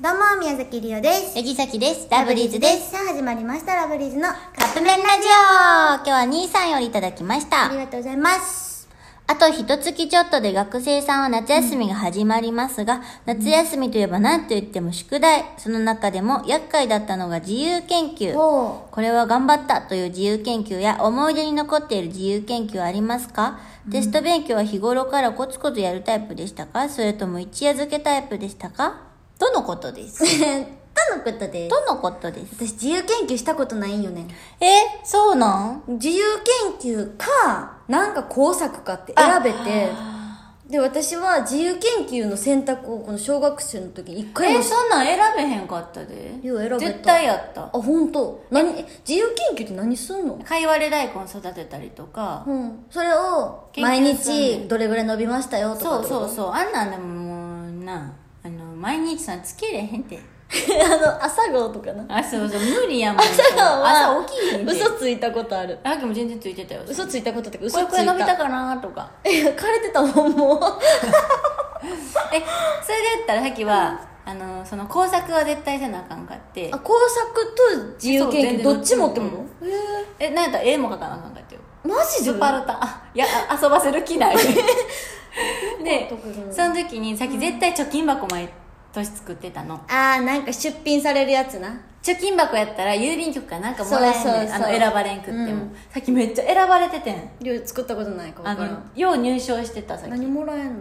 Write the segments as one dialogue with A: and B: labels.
A: どうも、宮崎りおです。
B: 藤崎です。ラブリーズです。
A: す。さあ、始まりました、ラブリーズの
B: カップ麺ラジオ今日は兄さんよりいただきまし
A: あ
B: た
A: り。がとうございます。
B: あと一月ちょっとで学生さんは夏休みが始まりますが、夏休みといえば何と言っても宿題。その中でも厄介だったのが自由研究。
A: お
B: これは頑張ったという自由研究や思い出に残っている自由研究はありますかテスト勉強は日頃からコツコツやるタイプでしたかそれとも一夜漬けタイプでしたかとのことです。
A: ー。とのことです。
B: とのことです。
A: 私、自由研究したことないんよね。
B: え、そうなん
A: 自由研究か、なんか工作かって選べて、で、私は自由研究の選択をこの小学生の時に一回も
B: え
A: し
B: そんなん選べへんかったで
A: いや選べた
B: 絶対やった
A: あ、ほんと。何、え自由研究って何すんの
B: かいわれ大根育てたりとか、
A: うん。それを、
B: 研究
A: 毎
B: すんね
A: 日
B: ん
A: どれぐらい伸びましたよとか
B: そ
A: っ
B: う
A: てこと。
B: そうそうあんなんでももうなあの毎日さつけれへんて
A: あの、朝顔とかな。
B: あそうそう無理やも ん
A: 朝顔は
B: 朝起きへんて
A: 嘘ついたことある。
B: あきも全然ついてたよ
A: 嘘ついたことってか
B: これ
A: 嘘つ
B: これ
A: い
B: 伸びた
A: た
B: かなとか
A: え 枯れてたもんもう
B: えそれで言ったらさっきは、あのその工作は絶対せなあかんかって
A: あ工作と自由研究
B: そう全然
A: どっちもってこと
B: どっ
A: へ
B: えなんやったら絵も描かなあかんかってよ
A: えマジで
B: スパルタあいやあ遊ばせる 気ないで
A: うん
B: その時にさっき絶対貯金箱毎年作ってたの
A: あーなんか出品されるやつな
B: 貯金箱やったら郵便局かなんかもらえんねん
A: そうそうそう
B: あの選ばれんくっても、
A: うん
B: さっきめっちゃ選ばれててん
A: 料理作ったことないか
B: あ
A: 分から
B: の
A: ん
B: よう入賞してたさっき
A: 何もらえんの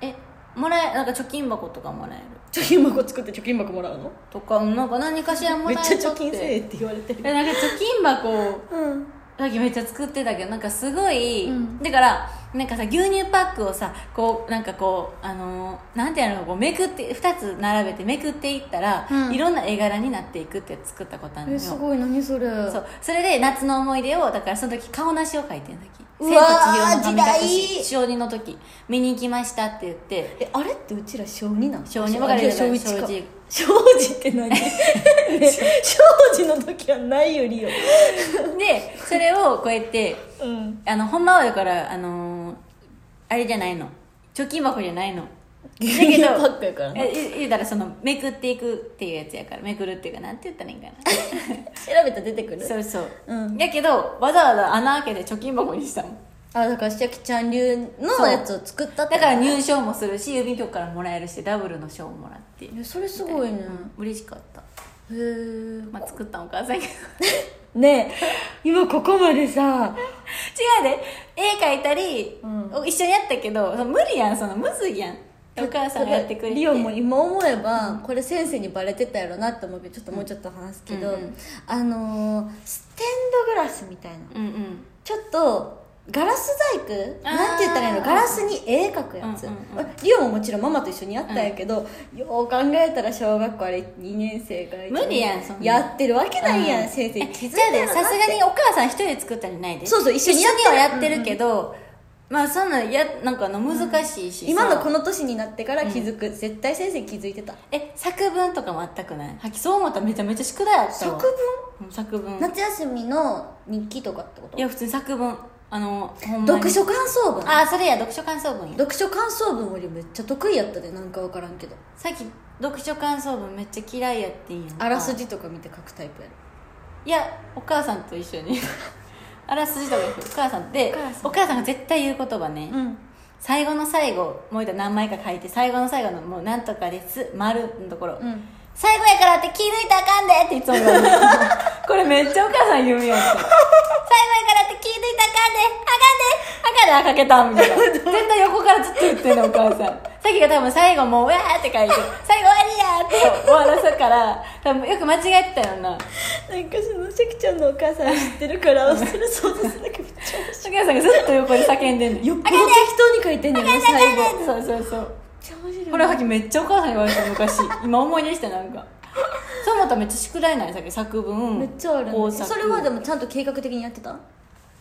B: えもらえなんか貯金箱とかもらえる
A: 貯金箱作って貯金箱もらうの
B: とかうんなんか何かしらもら
A: め
B: え
A: っ
B: る
A: ちゃ貯金せえって言われてる
B: えなんか貯金箱を
A: うん
B: さっきめっちゃ作ってたけどなんかすごい、
A: うん
B: だからなんかさ牛乳パックをさこうなんかこうあのーなんていうのこうめくって2つ並べてめくっていったら、
A: うん
B: いろんな絵柄になっていくってやつ作ったことあるの
A: え
B: よ
A: すごい何それ
B: そううそれで夏の思い出をだからその時顔なしを描いてん時
A: う
B: 千と
A: わー
B: 千尋の神
A: 時
B: 隠
A: 代
B: し小2の時見に行きましたって言って
A: えあれってうちら小2なの
B: 小二分かれてる
A: 小1か
B: 小一
A: 小2って何 ね小2の時はないよりよ
B: でそれをこうやって
A: うん
B: あのほんまはだからあのーあれじゃないの貯金箱じゃないの
A: 牛乳パックやからな
B: えい言うたらそのめくっていくっていうやつやからめくるっていうかなんて言ったらいいん かな
A: 調べたら出てくる
B: そうそう、
A: うん
B: やけどわざわざ穴開けて貯金箱にしたもん
A: あだからしゃきちゃん流の
B: そう
A: やつを作ったって
B: だから入賞もするし郵便局からもらえるしダブルの賞もらって
A: えそれすごいね
B: 嬉しかった、
A: へえ
B: まあ、作ったんお母さんやけど
A: ねえ今ここまでさ
B: 違うで絵描いたり、
A: うん
B: お一緒にやったけどその無理やんそのむずいやんお母さんがやってくれて
A: リオも今思えばこれ先生にバレてたやろなって思うけどちょっともうちょっと話すけど、
B: うんうん
A: あのーステンドグラスみたいな
B: うんうん
A: ちょっとガラス細工
B: あー
A: なんて言ったらいいのガラスに絵描くやつ、
B: うんうんうん
A: リオももちろんママと一緒にやったんやけど、よう考えたら小学校あれ2年生が
B: 無理やんそんな
A: やってるわけないやん、
B: うん
A: 先生
B: え
A: 気づい
B: じゃあ
A: て
B: ね
A: る
B: さすがにお母さん一人で作ったりないで
A: そうそう一緒にやった
B: 一緒にはやってるけど、まあそんなんやなんかあの難しいしさ、
A: 今のこの年になってから気づく、絶対先生気づいてた
B: え作文とかもあったくないはきそう思ったらめちゃめちゃ宿題あった
A: 作
B: わ
A: 文
B: うん作文
A: 夏休みの日記とかってこと
B: いや普通に作文あのほんま
A: 読
B: に
A: 書感想文
B: ああそれや読書感想文や
A: 読書感想文よりめっちゃ得意やったでなんか分からんけど
B: さっき読書感想文めっちゃ嫌いやっていいやん
A: あらすじとか見て書くタイプやろ
B: いやお母さんと一緒 にあらすじとか言ってお母さんで
A: お
B: お
A: 母
B: 母
A: さ
B: さんが絶対言う言葉ね、
A: うん
B: 最後の最後もう一回何枚か書いて最後の最後のもうなんとかです丸のところ、
A: うん
B: 最後やからって気抜いたらあかんでっていつも言われるこれめっちゃお母さん言うやん最後やからって気抜いたらあかんであかんであかんであかけたみたいな 絶対横からずっと言ってんのお母さんさっきが多分最後もううわーって書 いて最後終わりやーって終わらせたから多分よく間違えてたよな
A: なんかその関ちゃんのお母さん知ってるから忘れそうですなんかめっちゃ面
B: お母さんがずっと横で叫んでんの
A: 白いよっぽど適当に書いてんねんな最後めっ
B: そうそうそう
A: ちゃ面白い
B: これはきめっちゃお母さんに言われ た昔今思い出したなんかそう思ったらめっちゃ宿題ないさっき作文
A: めっちゃあるね
B: 工作
A: それはでもちゃんと計画的にやってた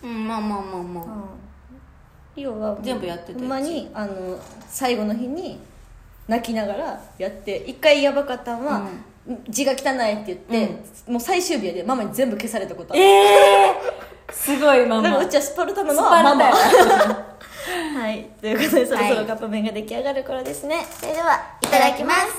B: うんまあまあまあま
A: リオはもう
B: 全部やってたやつ
A: ほんまにあの最後の日に泣きながらやって一回ヤバかったんは、字が汚いって言って、もう最終日やでママに全部消されたこと
B: あ
A: ある
B: ええー、 すごいマ
A: だから
B: マ
A: う
B: ス
A: ちはスパルタなのはマ
B: パルタ
A: マ
B: や
A: はいということでそろそ
B: は
A: ろ
B: い
A: カップ麺が出来上がる頃ですね、それではいただきます